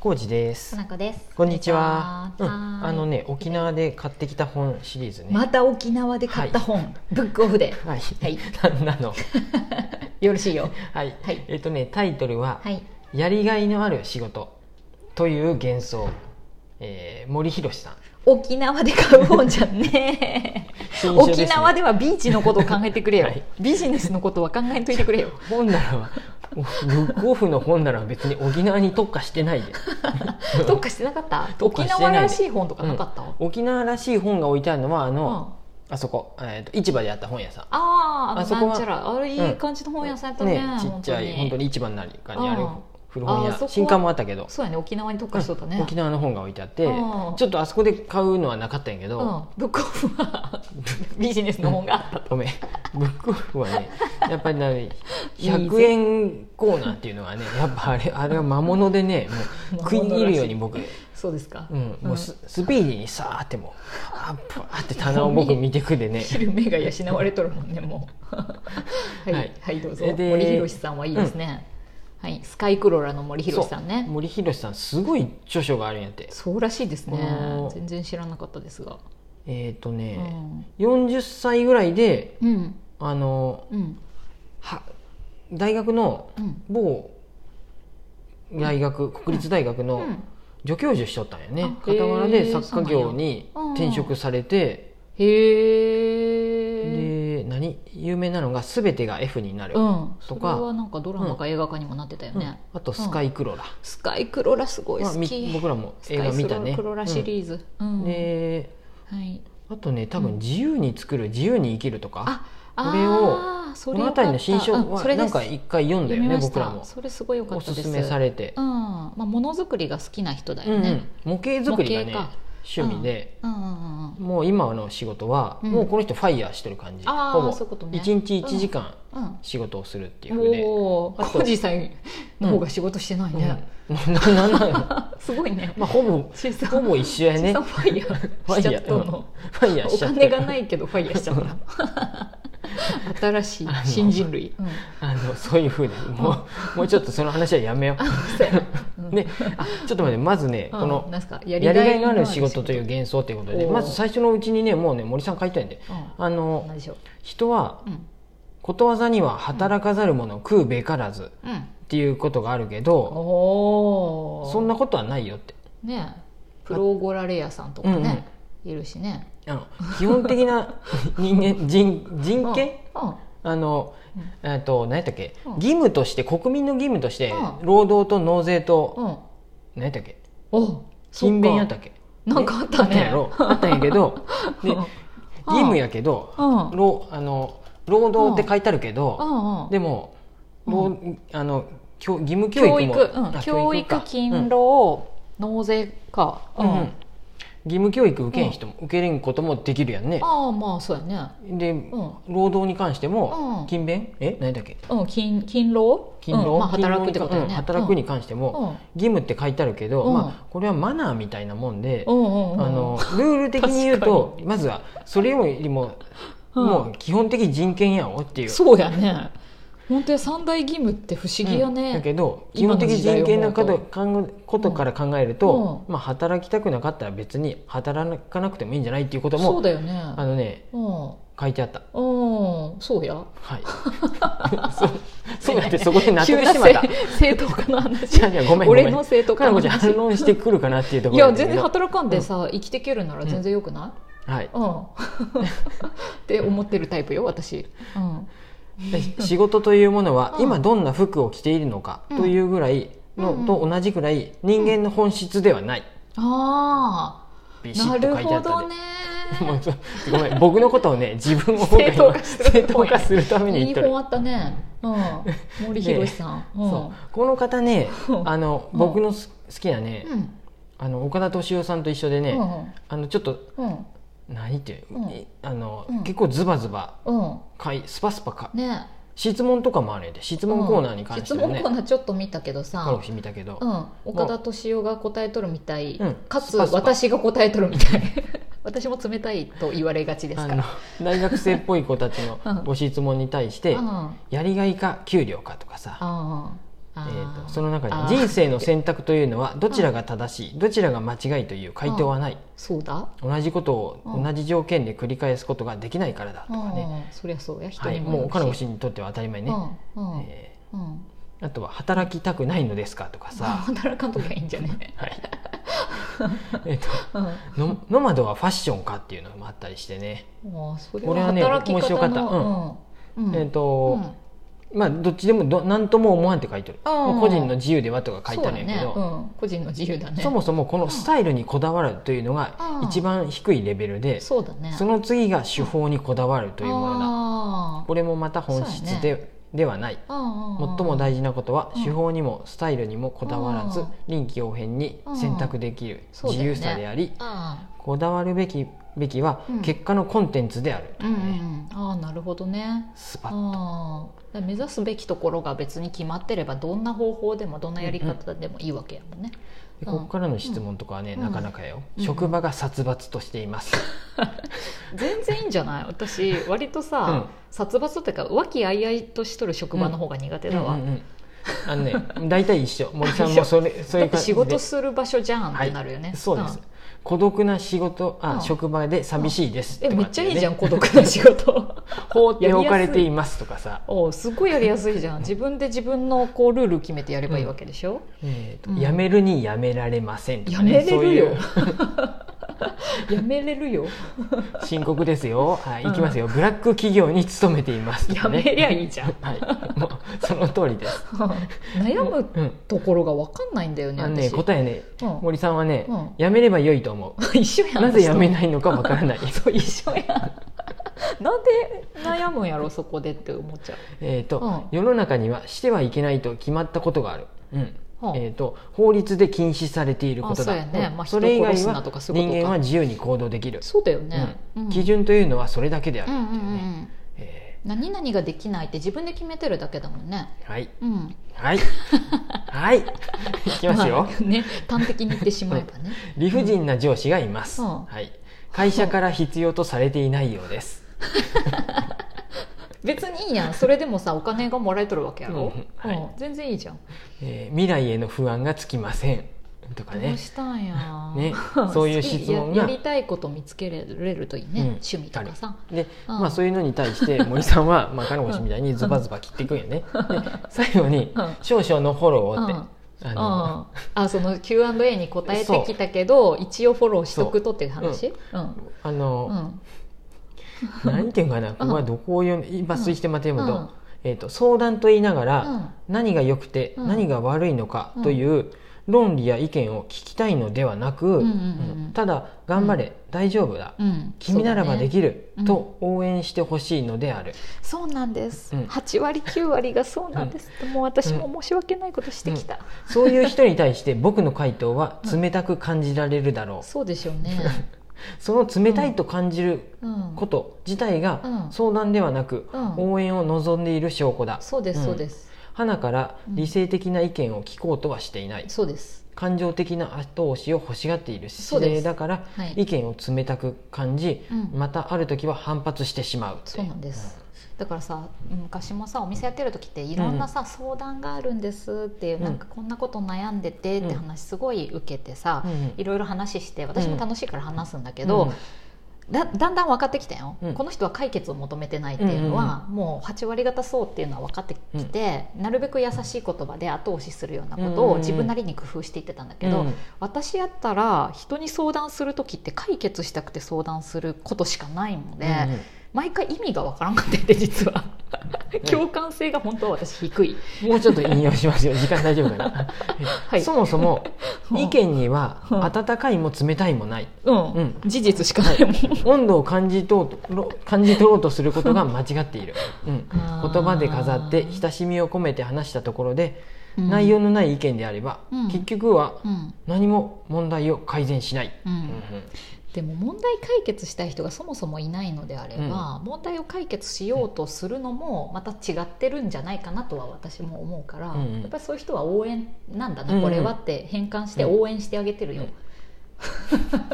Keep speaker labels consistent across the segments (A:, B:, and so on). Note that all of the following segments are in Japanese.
A: コウジです
B: か。なこです。
A: こんにちは。
B: こ
A: うんん
B: にちははーい
A: あのね、沖縄で買ってきた本シリーズね。
B: また沖縄で買った本、ブックオフで。
A: はい。
B: い
A: なんな の。
B: よろしいよ。
A: はい。
B: はい
A: えっとね、タイトルは、
B: はい。
A: やりがいのある仕事という幻想。えー、森博さん。
B: 沖縄で買う本じゃんね。
A: 新種ですね
B: 沖縄ではビーチのことを考えてくれよ、
A: はい
B: ビジネスのことは考えといてく れよ
A: 本棚 は、おブックオフの本なら別に沖縄に特化してない で。
B: どっかしてなかった
A: 特化
B: 沖
A: してない
B: 縄らしい本とかなかった、
A: う
B: うんん
A: 沖縄らしい本が置いてあるのは、あの、
B: あ
A: あそこ、えっと、市場であった本屋さん。
B: あー
A: あ
B: あ
A: そ
B: そ
A: こ
B: こ
A: は
B: なんちゃらあれいい感じの本屋さんやったね
A: ちっちゃい本当に市場になりかにある
B: うん
A: 古本
B: あそこ
A: 屋
B: は
A: 新刊もあったけど
B: そうやね沖縄に特化しとったね、
A: 沖縄の本が置いてあって
B: うん
A: ちょっとあそこで買うのはなかったんやけど、
B: うん、ブックオフはビジネスの本があった
A: ごめん ブックオフはねやっぱ りね
B: いいぜ
A: 100円コーナーっていうのはねやっぱあれあれは魔物でね もう食い入るように僕、
B: そうですか、
A: うん、もうススピーディーにさーってもうあっぶわーって棚 を僕見てくでね
B: 昼目が養われとるもんねも うはい、
A: は
B: はいいどうぞ
A: で
B: 森博さんはいいですね、はいスカイクローラの森博さん
A: そう
B: ね
A: 森博さんすごい著書があるんやって
B: そうらしいですね
A: おー
B: 全然知らなかったですが
A: えっ、と
B: う
A: ね、
B: ん
A: 40歳ぐらいで
B: うん
A: あの
B: うん
A: は大学の
B: うん
A: 某大学、国立大学
B: う
A: の
B: ん
A: 助教授しとったんよね、
B: あ
A: 傍ら
B: へ
A: で
B: ー
A: 作家業に
B: そうなんや
A: 転職されて、
B: へ
A: で
B: え
A: 何有名なのが「すべてが F になる」
B: うん
A: と
B: それ
A: か
B: はなんかドラマか映画化にもなってたよ
A: うん
B: ね、
A: あと「スカイクロラ」
B: スカイクローラすごい
A: まあ
B: 好
A: み
B: き、
A: 僕らも
B: ス
A: 映
B: カ
A: 画
B: イ
A: 見たね
B: クローラシリーズ、う
A: うんんで
B: はい
A: あとね多
B: う
A: 分
B: ん
A: 自由に作る自由に生きる」とか、
B: あ
A: これを
B: あーそ
A: こ
B: れ
A: の
B: よかっ
A: 辺
B: た
A: りの新書
B: うん
A: は
B: それで
A: な
B: す
A: んか一回読んだよ
B: 読み
A: ね
B: まし
A: 僕
B: た
A: らも
B: それすごい良か
A: お
B: った
A: す
B: です
A: すめされて
B: う、んまあ、ものづくりが好きな人だ
A: うん
B: よ
A: う
B: ね
A: ん、模型作りがね
B: 模型か
A: 趣味で。
B: うんうんうんうん
A: もう今の仕事は、
B: うん
A: もうこの人ファイヤーしてる感じ
B: あー
A: ほぼ
B: そういうことね
A: 1日1時間
B: うん
A: 仕事をするっていうふうで、
B: おお
A: あと
B: コージーさんの方が仕事してない
A: うん
B: ね、
A: ななな な
B: すごいね
A: まあほぼ
B: 小さ
A: ほぼ一緒 やね
B: 小さファイヤ
A: フ
B: ーし
A: ァ
B: ち
A: イ
B: ゃ
A: ヤ
B: っ
A: ー
B: た
A: うん
B: の
A: ファイヤー
B: お
A: しちゃって
B: 金
A: る
B: がないけどファイヤーしちゃった新しい新人類、うん
A: あのそういうふうにもう,、もうちょっとその話はやめよう
B: そうやうん
A: であちょっと待ってまずね、
B: うん
A: この
B: なんすか
A: や
B: や
A: りがいのある仕事という幻想ということで
B: おー
A: まず最初のうちにねもうね森さん書いてあるんで
B: う
A: あ
B: ん
A: の
B: 何でしょう
A: 人は
B: うん
A: ことわざには働かざる者食うべからず
B: うん
A: っていうことがあるけど、
B: おお
A: そんなことはないよって
B: ねプロゴラレアさんとかね、いるしね
A: あの基本的な人間人人権、
B: うんうん
A: あの、えっと何やったっけ、
B: うん
A: 義務として国民の義務として、
B: う
A: 労働と納税と、
B: うん
A: 何やったっけ
B: お
A: 勤勉やった
B: っ
A: っけ
B: かなんかあった
A: あったん
B: ね
A: やろあったんやけ どで
B: うん
A: 義務やけど、
B: うんうんうん
A: 労あの労働って書いてあるけど、でも、
B: うん
A: 労あの教義務教育
B: 教
A: も
B: 育うん
A: あ
B: 教育
A: か
B: 勤労納税か
A: う
B: うんん
A: うん義務教育受けん人も、受けれんこともできるやんね
B: ああまあそうやね
A: で、
B: ん
A: 労働に関しても、
B: うん
A: 勤勉え何だっけ
B: うん勤勤労
A: 勤労、
B: うんまあ働くってことや
A: うん
B: ね
A: 働くに関して
B: うんう
A: も、
B: ん
A: 義務って書いてあるけど、
B: うん
A: まあ、これはマナーみたいなもんで、
B: うんうん
A: あのルール的に言うとまずはそれよりも、
B: うん
A: もう基本的人権やおっていう。
B: そうやね本当や三大義務って不思議や
A: うんだ
B: ね
A: けど基
B: 今
A: 本
B: の
A: 的
B: 時代
A: 人
B: を
A: 権
B: 思
A: な
B: うと
A: こと考えことから考えると、まあ、働きたくなかったら別に働かなくてもいいんじゃないっていうこと
B: そ
A: も
B: うだよね
A: あのね
B: うん
A: 書いてあった。
B: うんそうや
A: はい、そうそうやってそこで納得してまた
B: 急な。正正当化の話
A: じゃあじゃあごめんごめん
B: 俺の正当
A: か
B: 化
A: な
B: の
A: こちゃん
B: 話
A: 反論してくるかなっていうとこ
B: い
A: ろな
B: や
A: んだ
B: 全
A: け
B: 然
A: ど
B: 働かんでさ、生きていけるなら全然よくない、
A: はい、
B: う んって思ってるタイプよ私、うん、
A: で仕事というものは
B: うん
A: 今どんな服を着ているのかというぐらいの、
B: うん
A: と同じくらい人間の本質ではない、
B: あ
A: ビシ
B: あな
A: ッと
B: る
A: 書いてあ
B: ほ
A: ったで
B: どね
A: もうちょ ごめん僕のことをね自分を今回
B: 正当化する
A: 正当化するために
B: い
A: 言
B: い
A: っとる
B: 本あったね、うん、森博さん、うん、
A: そうこの方ね
B: うん
A: あの
B: うん
A: 僕のす好きなね、
B: うん
A: あの岡田斗司夫さんと一緒でね、
B: うん
A: あのちょっと
B: うん
A: 何っていう、
B: うん
A: えあの、
B: うん
A: 結構ズバズバ
B: うん
A: かいスパスパか
B: ね
A: 質問とかもあれで質問コーナーに関しても
B: うん
A: ね、
B: 質問コーナーちょっと見たけどさ
A: カロフィ見たけど、
B: うん、岡田敏夫が答えとるみたい、
A: うん
B: か
A: ス
B: つ
A: パスパ
B: 私が答えとるみた い私も冷たいと言われがちです
A: あ
B: か
A: の
B: ら、
A: 大学生っぽい子たちの
B: うん
A: ご質問に対し
B: う
A: て、
B: ん、あ
A: やりがいか給料かとかさ
B: ああ
A: え
B: あー
A: ーとその中
B: あー
A: に「人生の選択というのはどちらが正しいどちらが間違いという回答はない
B: そうだ
A: 同じことを
B: うん
A: 同じ条件で繰り返すことができないからだ」とかね、
B: うんそりゃそうや人
A: は
B: に
A: い、もうお金
B: よ
A: 持
B: る
A: ちにとっては当たり前ね、
B: うんうん
A: え
B: うん
A: ーあとは「働きたくないのですか?」とか
B: さあ
A: さ、
B: 働かんときゃいいんじ ゃね
A: はいえっと
B: うん
A: ノノマドはファッションかっていうのもあったりしてね、
B: もうそれ
A: これは
B: は
A: ね
B: 働き
A: 面白か
B: 方
A: った
B: のうんうん
A: えっ、と
B: うん、
A: まあどっちでもど何とも思わんって書いてる、
B: うん
A: まあ個人の自由ではとか書いてあるんやけど
B: そうだねうん個人の自由だね
A: そもそもこのスタイルにこだわるというのが
B: うん
A: 一番低いレベルで、
B: そうだね
A: その次が手法にこだわるというものだ
B: あー
A: これもまた本質
B: そうや
A: で,、ではない
B: うんうんうん
A: 最も大事なことは
B: うん
A: 手法にもスタイルにもこだわらず
B: うん
A: 臨機応変に選択できる
B: そうだ
A: 自
B: よね
A: 由さであり
B: あ
A: こだわるべきべきは
B: うん
A: 結果のコンテンツである
B: ー
A: と
B: う
A: い
B: ん
A: う
B: うん
A: ね
B: うんあーなるほどね
A: スパッ
B: あーだから目指すべきところが別に決まってればどんな方法でもどんなやり方でもいいわけやもんね、
A: でここからの質問とかはね
B: うん
A: なかなかよ
B: うん
A: 職場が殺伐としています
B: 全然いいんじ ゃない私割と
A: うん
B: さ、殺伐というか和気あいあいとしとる職場の方が苦手
A: うんう
B: だわ、
A: んうんあのね大体一緒森さんもそれそう
B: だ
A: いう
B: って
A: 感
B: 仕
A: じ
B: 事
A: です
B: る場所じゃんってなるよね、
A: はいそうです
B: ん
A: 孤独な仕事あ
B: うん
A: 職場で寂しいです
B: え
A: と
B: め
A: か
B: ってちゃ
A: うね
B: いいじゃん孤独な仕事
A: 放っておかれて
B: やりやすい
A: いますとかさ
B: おうすっごいやりやすいじゃん自分で自分のこうルール決めてやればいいわけでしょ、
A: えーと
B: うん
A: やめるにやめられませんと
B: や
A: かね
B: めれ
A: そう
B: る
A: い
B: よ
A: う
B: やめれるよ
A: 深刻ですよはい行きますよブラック企業に勤めていますと
B: や
A: か
B: め
A: ね
B: りゃいいじゃん
A: はいもうその通りです
B: 悩む
A: うん
B: ところが分かんないんだよね
A: あのね
B: 私
A: 答えね
B: うん
A: 森さんはね
B: うん
A: やめれば良いと思
B: 一緒や
A: うんなぜやめ
B: い
A: ないのかわから ない
B: そう一緒やん なんで悩むんやろそこでって思っちゃう
A: えーと
B: う
A: 世の中にはしてはいけないと決まったことがあるうん
B: はあ
A: えー、と法律で禁止されていることだ
B: あそうやね
A: ん
B: まあ
A: それ以外
B: 人を殺すな
A: は
B: とかそういう
A: 人
B: ことか
A: 間は自由に行動できる、
B: そうだよね、
A: うん
B: うん
A: 基準というのはそれだけである
B: う
A: っ
B: んうん
A: ていううね、
B: んうん
A: え
B: 何々ができないって自分で決めてるだけだもんね
A: ーはい
B: うん
A: はい はいいきますよ、
B: あね端的に言ってしまえばね
A: 理不尽な上司がいます、
B: うん
A: はい、会社から必要とされていないようです、
B: 別にいいやんそれでもさお金がもらえとるわけやろ、
A: うんはい
B: うん全然いいじゃん
A: えー未来への不安がつきませんとか
B: どう
A: ね
B: したんや
A: ねそういう質問が
B: 好きややりたいこと見つけれるといいね、
A: うん
B: 趣味とかさ
A: で、
B: うん
A: まあ、そういうのに対 して森さんは、まあ、金星みたいにズバズバ切っていくんよねで最後に
B: うん
A: 「少々のフォローを」って、
B: うん
A: あ
B: うん、
A: の
B: あその Q&A に答えてきたけど一応フォローしとくとっていう話うん
A: あの
B: う、ん
A: 何て言うかな、ここはどこを読む今推してまた読むと,、
B: うん
A: えー、と相談と言いながら、
B: うん
A: 何が良くて
B: うん
A: 何が悪いのかという論理や意見を聞きたいのではなく、
B: うんうんうん
A: うんただ「頑張れ、大丈夫だ」
B: うん
A: 君ならばできる、
B: うん
A: と応援してほしいのである、
B: そうなんです、
A: うん
B: 8割9割がそうなんです、もう私も申し訳ないことしてきた、
A: そういう人に対して僕の回答は冷たく感じられるだろう、
B: そうでしょうね、
A: その冷たいと感じる
B: うん、
A: こと自体が
B: うん
A: 相談ではなく
B: うん
A: 応援を望んでいる証拠だ
B: そうです
A: うん
B: そうです、
A: 花から理性的な意見を聞こうとはしていない
B: そうです
A: 感情的な後押しを欲しがっている
B: そう
A: 姿
B: です
A: 勢だから
B: はい
A: 意見を冷たく感じ
B: うん
A: またある時は反発してしまうってい
B: そうなんです、だからさ昔もさお店やってる時っていろんなさ、相談があるんですっていう、
A: うん
B: なんかこんなこと悩んでてって話すごい受けてさ、
A: うんうん
B: いろいろ話して私も楽しいから話すんだけど、
A: うん
B: だだんだん分かってきたよ、
A: うん
B: この人は解決を求めてないっていうのは、もう8割方そうっていうのは分かってきて、なるべく優しい言葉で後押しするような
A: う
B: こと
A: んうんう
B: を
A: ん
B: 自分なりに工夫していってたんだけど、
A: うん
B: 私やったら人に相談する時って解決したくて相談することしかないので、
A: うんうん
B: 毎回意味が分からんかってて実は共感性が本当は私低い、
A: もうちょっと引用しますよ時間大丈夫かな、
B: はい
A: そもそ も
B: うん
A: 意見には
B: うん
A: 温かいも冷たいもない
B: うん
A: うん
B: 事実しかないもん、
A: 温度を感じとうと感じ取ろうとすることが間違っている、うん、言
B: あー
A: 葉で飾って親しみを込めて話したところで、
B: うん
A: 内容のない意見であれば、
B: うん
A: 結局は
B: うん
A: 何も問題を改善しない、
B: う
A: うん
B: んでも問題解決したい人がそもそもいないのであれば、問題を解決しようとするのもまた違ってるんじゃないかなとは私も思うから、
A: うんうん
B: やっぱりそういう人は応援なんだな、
A: うんうん
B: これはって変換して応援してあげてるよ、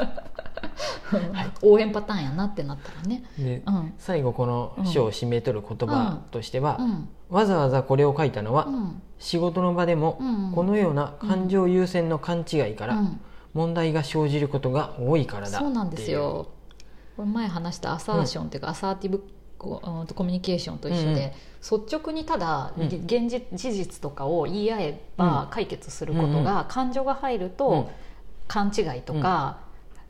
B: 応援パターンやなってなったらね、
A: うんで
B: うん
A: 最後この章を締めとる言葉としては、
B: うん
A: わざわざこれを書いたのは、
B: うん、
A: 仕事の場でも
B: うんうん
A: このような感情優先の勘違いから
B: うん
A: 問題が生じることが多いからだ
B: そうなんですよこれ前話したアサーションっていうか、アサーティブこううんとコミュニケーションと一緒で、
A: うんうん
B: 率直にただ、
A: うん
B: 現実事実とかを言い合え
A: う
B: ば
A: ん
B: 解決することが、感情が入ると、
A: うん
B: 勘違いとか、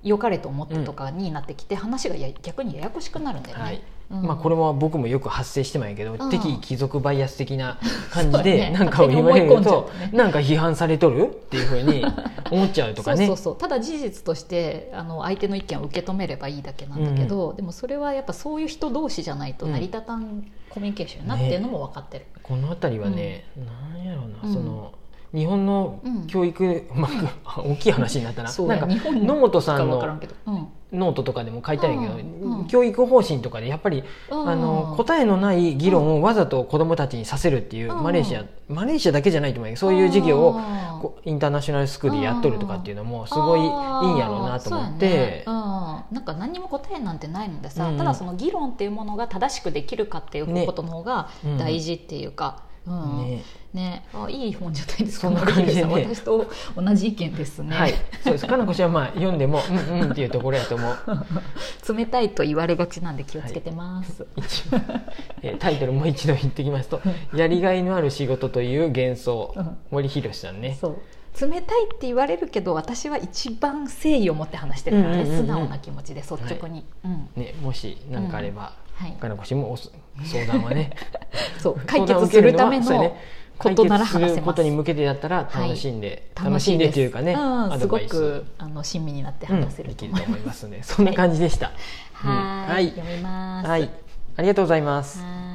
B: 良かれと思ったとかになってきて話がや逆にややこしくなるんだよね。
A: はい
B: うん
A: まあ、これも僕もよく発生してないけど、
B: うん
A: 敵意貴族バイアス的な感じ
B: そうや
A: で
B: ね
A: なんかを言われる
B: 勝手に思い
A: と
B: 込んじゃうね
A: なんか批判されとるっていうふうに思っちゃうとかね
B: そうそうそうただ事実としてあの相手の意見を受け止めればいいだけなんだけど、でもそれはやっぱそういう人同士じゃないと成り立たんコミュニケーションになってるのも分かってる、
A: この辺りはね、なんやろうな、
B: うん
A: その日本の教育、まあ、大きい話になったな
B: そう
A: な
B: や
A: んか
B: 日本
A: 野本さ
B: か
A: ん
B: 分からん
A: の
B: けど、うん
A: ノートとかでも書いてあるんやけど、
B: うんうん
A: 教育方針とかでやっぱり、
B: うん
A: あの答えのない議論をわざと子どもたちにさせるっていう、
B: うん
A: マレーシアマレーシアだけじゃないと思うけどそういう授業を
B: あー
A: こうインターナショナルスクールでやっとるとかっていうのもすごいいいんやろうなと思っ
B: あー
A: て
B: そうやねうん、なんか何も答えなんてないのでさ、
A: うんうん
B: ただその議論っていうものが正しくできるかっていう
A: ね
B: ことの方が大事っていうか、うんね
A: ね
B: あいい本じゃないですか
A: そんな感じでね
B: 森口さん私と同じ意見ですね、
A: はいそうですかなこちゃんはまあ読んでもうんうんっていうところやと思う
B: 冷たいと言われがちなんで気をつけてます、
A: 一応えータイトルもう一度言ってきますと「やりがいのある仕事という幻想
B: うん」
A: 森博さんね
B: そう冷たいって言われるけど私は一番誠意を持って話してるからね、
A: うんうんうんうん
B: 素直な気持ちで率直に、うん
A: ねもし何かあれば、
B: はい、
A: かなこちゃんもおす相談はね
B: そう 解
A: 相談を
B: 決
A: 受け
B: する
A: の
B: た
A: は
B: め
A: そうや
B: の
A: ね
B: ことなら
A: 解決
B: 話
A: す
B: せ
A: るこ
B: ま
A: と
B: す
A: に向けてだったら楽しんで、
B: 楽
A: し
B: し
A: ん
B: い
A: で
B: で
A: というかね、
B: うん、
A: ア
B: す
A: ド
B: ご
A: バイス
B: くあの親身になって
A: うん
B: 話せる
A: で
B: と
A: き
B: 思
A: る
B: い
A: と思
B: ま
A: い
B: す。
A: ますねそんな感じでした、
B: は、
A: はいい
B: 読みます。
A: はいありがとうございます
B: はーい